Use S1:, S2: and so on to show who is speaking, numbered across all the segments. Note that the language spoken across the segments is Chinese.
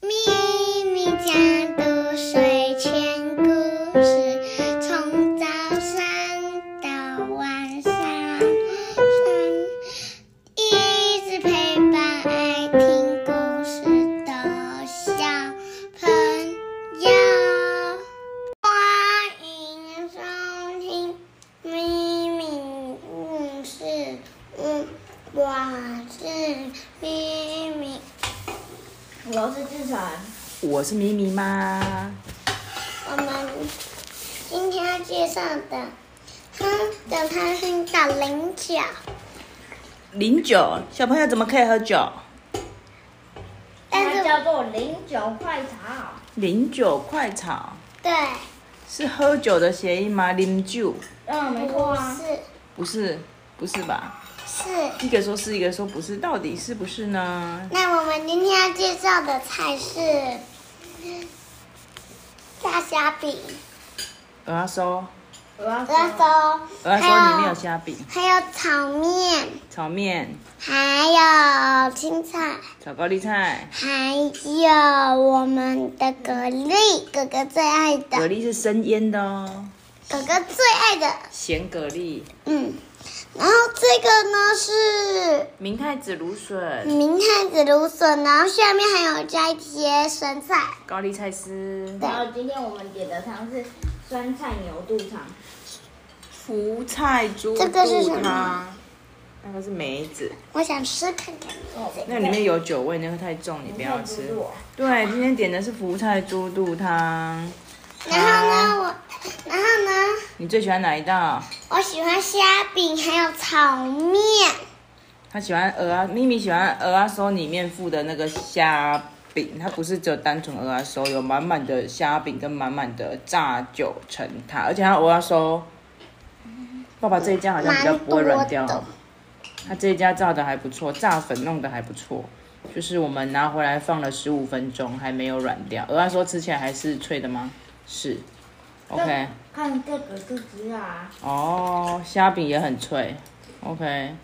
S1: 咪咪家的睡前故事，从早上到晚上，一直陪伴爱听故事的小朋友。欢迎收听咪咪故事屋，我是咪咪。
S2: 我是志成，
S3: 我是咪咪妈，
S1: 我们今天要介绍的，它的它是叫菱角，
S3: 零九小朋友怎么可以喝酒？
S1: 但
S2: 它
S1: 是
S2: 叫做零九快茶。
S3: 零九快炒
S1: 对，
S3: 是喝酒的谐音吗？零酒
S2: 嗯，没错
S1: 不
S2: 啊。
S1: 是
S3: 不是，不是吧？
S1: 是。
S3: 一个说是，一个说不是，到底是不是呢？
S1: 那我们今天要介绍的菜是大虾饼、
S3: 鹅阿叔，
S2: 我要
S1: 鹅粥，
S3: 鹅阿
S1: 还
S3: 叔里面有虾饼、
S1: 还有炒面，
S3: 炒面、
S1: 还有青菜，
S3: 炒高丽菜。
S1: 还有我们的蛤蜊，哥哥最爱
S3: 蛤
S1: 的，
S3: 蜊是生腌的哦，
S1: 哥哥最爱的。
S3: 咸蛤蜊、
S1: 嗯，然后这个呢是
S3: 明太子芦笋、
S1: 明太子芦笋，然后下面还有加一些酸菜。
S3: 高丽菜丝、
S1: 对
S2: 然后今天我们点的汤是酸菜牛肚汤，
S3: 福菜猪
S1: 这个是什么
S3: 肚汤，那个是梅子，
S1: 我想吃看看。
S2: 哦
S3: 那里面有酒味，那个太重，你不要
S2: 你
S3: 吃
S2: 看。猪肚哦
S1: 啊
S3: 对，今天点的是福菜猪肚汤。
S1: 然后
S3: 啊
S1: 呢，我，然后呢，
S3: 你最喜欢哪一道？
S1: 我喜欢虾饼，还有炒面。
S3: 他喜欢鹅啊，咪咪喜欢鹅啊收里面附的那个虾饼，它不是只有单纯鹅啊收，有满满的虾饼跟满满的炸九层塔，而且它鹅啊收，爸爸这一家好像比较不会软掉
S1: 蛮多的，
S3: 他这一家炸的还不错，炸粉弄的还不错。就是我们拿回来放了十五分钟，还没有软掉。鹅啊说吃起来还是脆的吗？是，OK。
S2: 看各个就知道啊。
S3: 哦，虾饼也很脆，OK。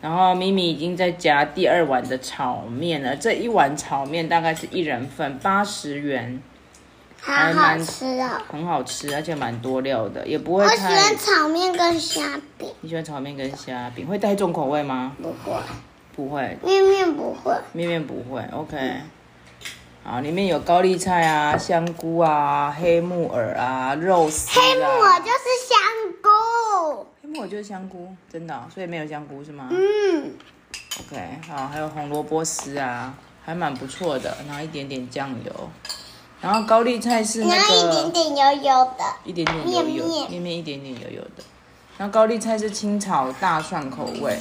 S3: 然后咪咪已经在加第二碗的炒面了，这一碗炒面大概是一人份，八十元，
S1: 好
S3: 还
S1: 好
S3: 蛮
S1: 吃哦。
S3: 很好吃，而且蛮多料的，也不会
S1: 我喜
S3: 太
S1: 欢。炒面跟虾饼，
S3: 你喜欢炒面跟虾饼，会带重口味吗？
S1: 不会，
S3: 不会，
S1: 面面不会。
S3: 面面不会，OK。好，里面有高丽菜啊、香菇啊、黑木耳啊、肉丝、啊。
S1: 黑木耳就是香菇。
S3: 黑木耳就是香菇，真的哦、所以没有香菇是吗？
S1: 嗯，
S3: OK，好，还有红萝卜丝啊，还蛮不错的。然后一点点酱油，然后高丽菜是那
S1: 然后一点
S3: 个
S1: 点油油的。
S3: 一点点油油，
S1: 面面
S3: 面面一点点油油的。然后高丽菜是清炒大蒜口味，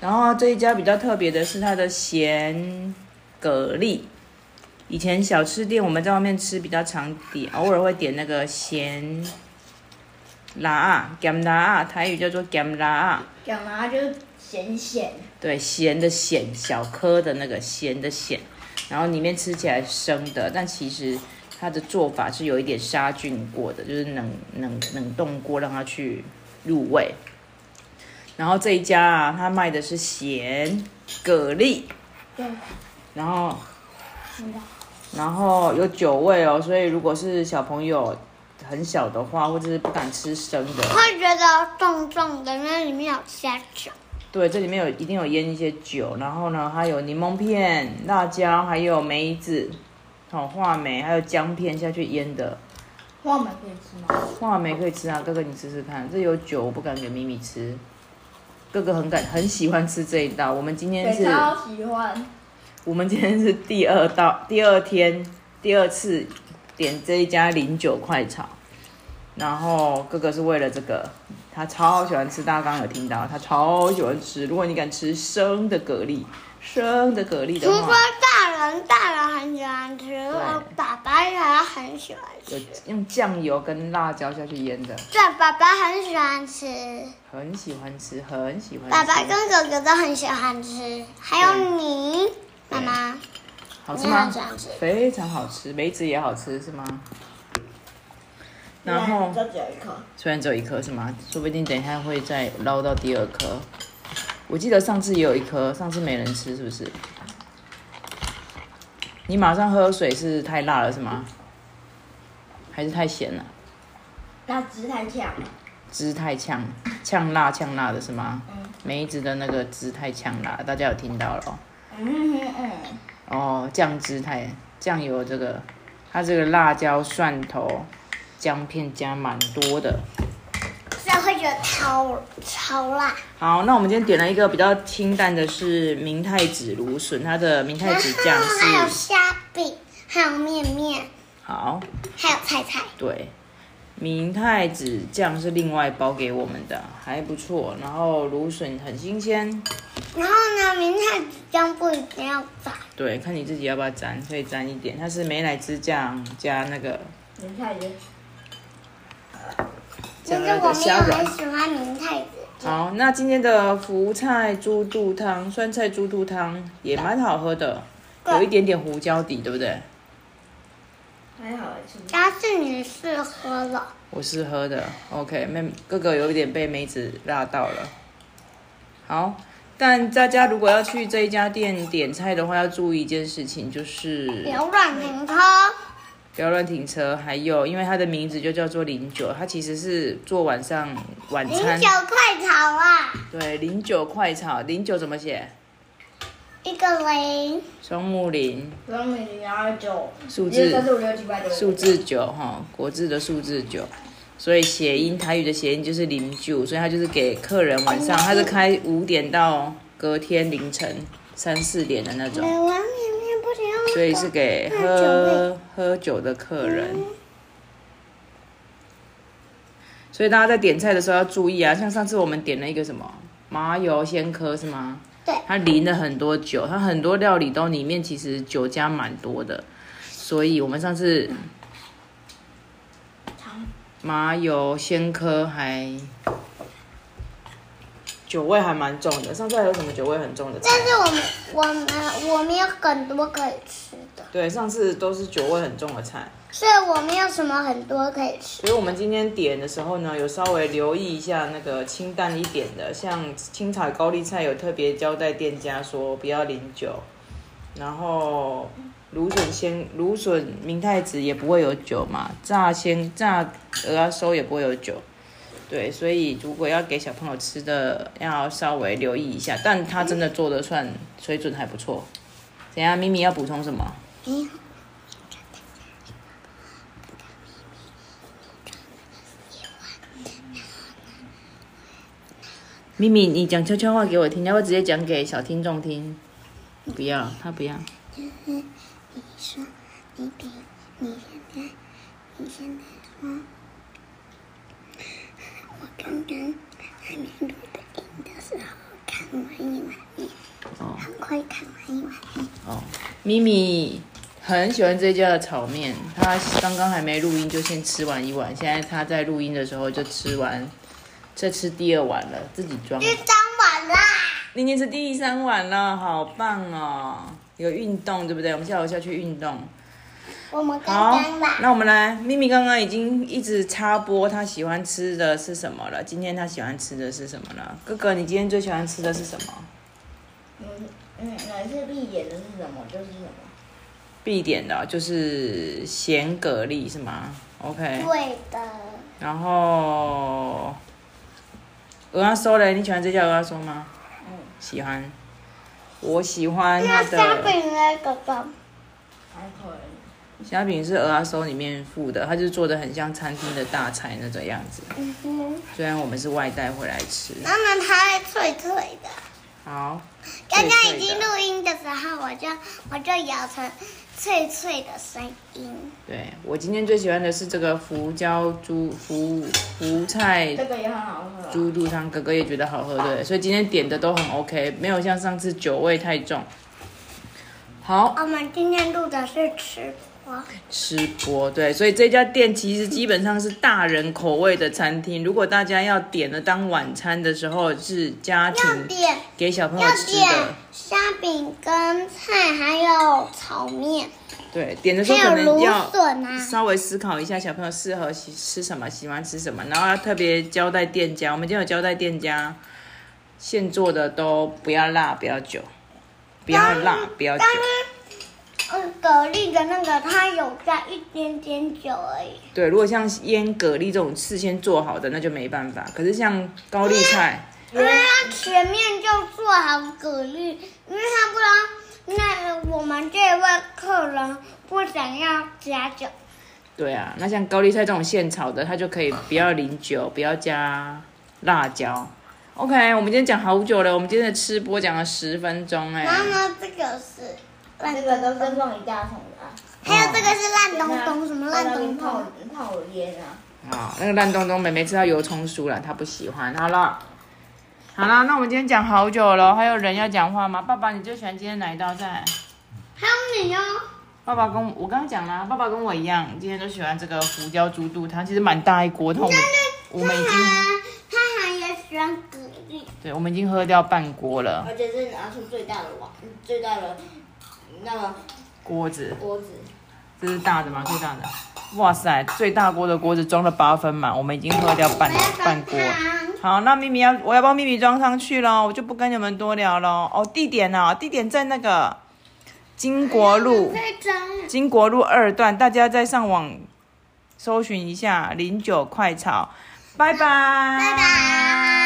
S3: 然后这一家比较特别的是它的咸蛤蜊。以前小吃店我们在外面吃比较常点，偶尔会点那个咸辣啊，咸辣啊，台语叫做咸辣啊。
S2: 讲了它就是咸咸，
S3: 对，咸的咸，小颗的那个咸的咸，然后里面吃起来生的，但其实它的做法是有一点杀菌过的，就是冷冷冷冻过让它去入味。然后这一家啊，它卖的是咸蛤蜊，
S2: 对，
S3: 然后
S2: 知道。
S3: 然后有酒味哦，所以如果是小朋友很小的话，或者是不敢吃生的，
S1: 会觉得重重的，因为里面有虾球。
S3: 对，这里面有一定有腌一些酒，然后呢，还有柠檬片、辣椒，还有梅子，好、话梅，还有姜片下去腌的。
S2: 话梅可以吃吗？
S3: 话梅可以吃啊，哥哥你试试看，这有酒我不敢给咪咪吃，哥哥很感很喜欢吃这一道。我们今天
S2: 对，
S3: 是，
S2: 超喜欢。
S3: 我们今天是第二道，第二天第二次点这一家零九快炒，然后哥哥是为了这个，他超喜欢吃，大家刚刚有听到，他超喜欢吃。如果你敢吃生的蛤蜊，生的蛤蜊
S1: 听
S3: 的
S1: 说
S3: 话，
S1: 大人大人很喜欢吃，我爸爸也很喜欢
S3: 有
S1: 吃，
S3: 用酱油跟辣椒下去腌的，
S1: 对，爸爸很喜欢吃，
S3: 很喜欢吃，很喜欢吃。
S1: 爸爸跟哥哥都很喜欢吃，还有
S3: 对
S1: 你妈妈
S3: 好
S1: 你
S3: 吃
S1: 也
S3: 吗
S1: 很喜？欢吃。
S3: 非常好吃，梅子也好吃是吗？然
S2: 对
S3: 后
S2: 这只有一颗。
S3: 虽然只有一颗是吗？说不定等一下会再捞到第二颗。我记得上次也有一颗，上次没人吃是不是？你马上喝水是太辣了是吗？还是太咸了？
S2: 那汁太呛了，
S3: 汁太呛，呛辣呛辣的是吗？梅子的那个汁太呛辣，大家有听到了哦。
S2: 嗯嗯嗯，
S3: 哦，酱汁太酱油这个，它这个辣椒、蒜头、姜片加蛮多的。
S1: 这样会觉得超超辣。
S3: 好，那我们今天点了一个比较清淡的是明太子芦笋，它的明太
S1: 然后
S3: 子酱
S1: 还有
S3: 是
S1: 虾饼，还有面面，
S3: 好，
S1: 还有菜菜。
S3: 对，明太子酱是另外包给我们的，还不错。然后芦笋很新鲜，
S1: 然后呢，明太子酱不一定要炸，
S3: 对，看你自己要不要沾，可以沾一点。它是美乃滋酱加那个
S2: 明太子，
S1: 其实我
S3: 加那个啊
S1: 没有
S3: 呃虾
S1: 很
S3: 软。
S1: 喜欢明太子酱。
S3: 好，那今天的福菜猪肚汤、酸菜猪肚汤也蛮好喝的，
S1: 对
S3: 有一点点胡椒底，对不对？
S2: 还好吃不
S1: 但是你是喝了，
S3: 我是喝的，OK，妹哥哥有一点被梅子辣到了。好，但大家如果要去这一家店点菜的话，要注意一件事情，就是
S1: 不要乱停车。
S3: 不要乱停车。还有，因为它的名字就叫做零九，它其实是做晚上晚
S1: 零
S3: 餐
S1: 九。快炒啊！
S3: 对，零九快炒，零九怎么写？
S1: 一个零，
S3: 双木林
S2: 然后你拿酒，
S3: 数
S2: 一二
S3: 字
S2: 三四五六七八九，
S3: 数字九哈，国字的数字九，所以谐音台语的谐音就是零九，所以他就是给客人晚上，他是开五点到隔天凌晨三四点的那
S1: 美
S3: 种，
S1: 完面面不停要
S3: 所以是给喝喝酒的客人。所以大家在点菜的时候要注意啊，像上次我们点了一个什么麻油鲜科是吗？
S1: 对
S3: 它淋了很多酒，它很多料理都里面其实酒加蛮多的，所以我们上次
S2: 糖
S3: 麻油鲜科还酒味还蛮重的。上次还有什么酒味很重的菜？
S1: 但是我们我们我们有很多可以吃的，
S3: 对，上次都是酒味很重的菜，
S1: 所以我们有什么很多可以吃。
S3: 所以我们今天点的时候呢，有稍微留意一下那个清淡一点的，像清炒高丽菜有特别交代店家说不要淋酒，然后芦笋鲜芦笋明太子也不会有酒嘛，炸鲜炸鹅啊收也不会有酒，对，所以如果要给小朋友吃的，要稍微留意一下，但他真的做的算水准还不错。怎样，咪咪要补充什么？
S1: 你
S3: 咪咪，你讲悄悄话给我听，要不要直接讲给小听众听？不要，他不要。
S1: 你说你比你现在你现在说，我刚刚还没录的音的时候看完一碗面，
S3: 哦
S1: 很快看完一碗面。
S3: 哦，咪咪很喜欢这家的炒面，她刚刚还没录音就先吃完一碗，现在她在录音的时候就吃完，这吃第二碗了，自己装。
S1: 第三碗啦，
S3: 你已经吃第三碗了，好棒哦！有运动对不对？我们下午下去运动。
S1: 我们刚
S3: 好
S1: 刚啦，，
S3: 那我们来，咪咪刚刚已经一直插播她喜欢吃的是什么了。今天她喜欢吃的是什么了？哥哥，你今天最喜欢吃的是什么？
S2: 嗯嗯，每次必点的是什么就是什么，
S3: 必点的就是咸蛤蜊是吗？OK，
S1: 对的，
S3: 然后鹅阿酥嘞，你喜欢这家鹅阿酥吗？
S2: 嗯，
S3: 喜欢，我喜欢它
S1: 那虾
S3: 的
S1: 饼呢，哥哥？
S2: 还可以。
S3: 虾饼是鹅阿酥里面附的，它就是做的很像餐厅的大菜那种样子。
S1: 嗯哼，
S3: 虽然我们是外带回来吃，
S1: 妈妈它还脆脆的。
S3: 好，脆
S1: 刚
S3: 脆的
S1: 刚已经录音的时候，我就我就咬成脆脆的声音。
S3: 对我今天最喜欢的是这个福椒猪福福菜
S2: 这个也很好喝、啊，
S3: 猪肚汤，哥哥也觉得好喝，对，所以今天点的都很 OK，没有像上次酒味太重。好
S1: 我们今天录的是吃播，
S3: 吃播，对，所以这家店其实基本上是大人口味的餐厅。如果大家要点了当晚餐的时候，是
S1: 要
S3: 家庭
S1: 点
S3: 给小朋友
S1: 要
S3: 吃
S1: 点
S3: 的，
S1: 虾饼跟菜，还有炒面，
S3: 对，点的时候可
S1: 还有
S3: 能
S1: 芦
S3: 要
S1: 笋啊。
S3: 稍微思考一下小朋友适合喜吃什么，喜欢吃什么，然后要特别交代店家，我们今天有交代店家，现做的都不要辣，不要酒，不要辣，不要酒。
S1: 刚嗯，蛤蜊的那个它有加一点点酒而已。
S3: 对，如果像腌蛤蜊这种事先做好的，那就没办法。可是像高丽菜，
S1: 因为他前面就做好蛤蜊，因为他不然那我们这位客人不想要加酒，
S3: 对啊，那像高丽菜这种现炒的，它就可以不要淋酒，不要加辣椒。OK，我们今天讲好久了，我们今天的吃播讲了十分钟哎、
S1: 然后呢，这个是烂
S2: 这
S1: 东
S2: 个都
S1: 东
S2: 是弄一大桶的啊。
S1: 还有这个是烂东东，什么烂东
S2: 东泡
S1: 东？
S2: 泡烟啊？
S3: 哦好，那个烂东东妹妹吃到油葱酥了，她不喜欢。好了，好了，那我们今天讲好久了，还有人要讲话吗？爸爸，你最喜欢今天哪一道菜？
S1: 还有你哦，
S3: 爸爸跟我刚刚讲啦，爸爸跟我一样，今天都喜欢这个胡椒猪肚汤，其实蛮大一锅，但我们我们已经
S1: 他他还也喜欢蛤蜊，
S3: 对，我们已经喝掉半锅了，
S2: 而且是拿出最大的碗，最大的那个
S3: 锅子
S2: 锅子，
S3: 这是大的吗？最大的，哇塞，最大锅的锅子装了八分满，我们已经喝掉半
S1: 我要放
S3: 半锅。
S1: 汤。
S3: 好，那咪咪要我要帮咪咪装上去喽，我就不跟你们多聊喽。哦，地点呢、地点在那个金国路，
S1: 再蒸。
S3: 金国路二段，大家再上网搜寻一下零九快炒，拜拜，拜
S1: 拜拜。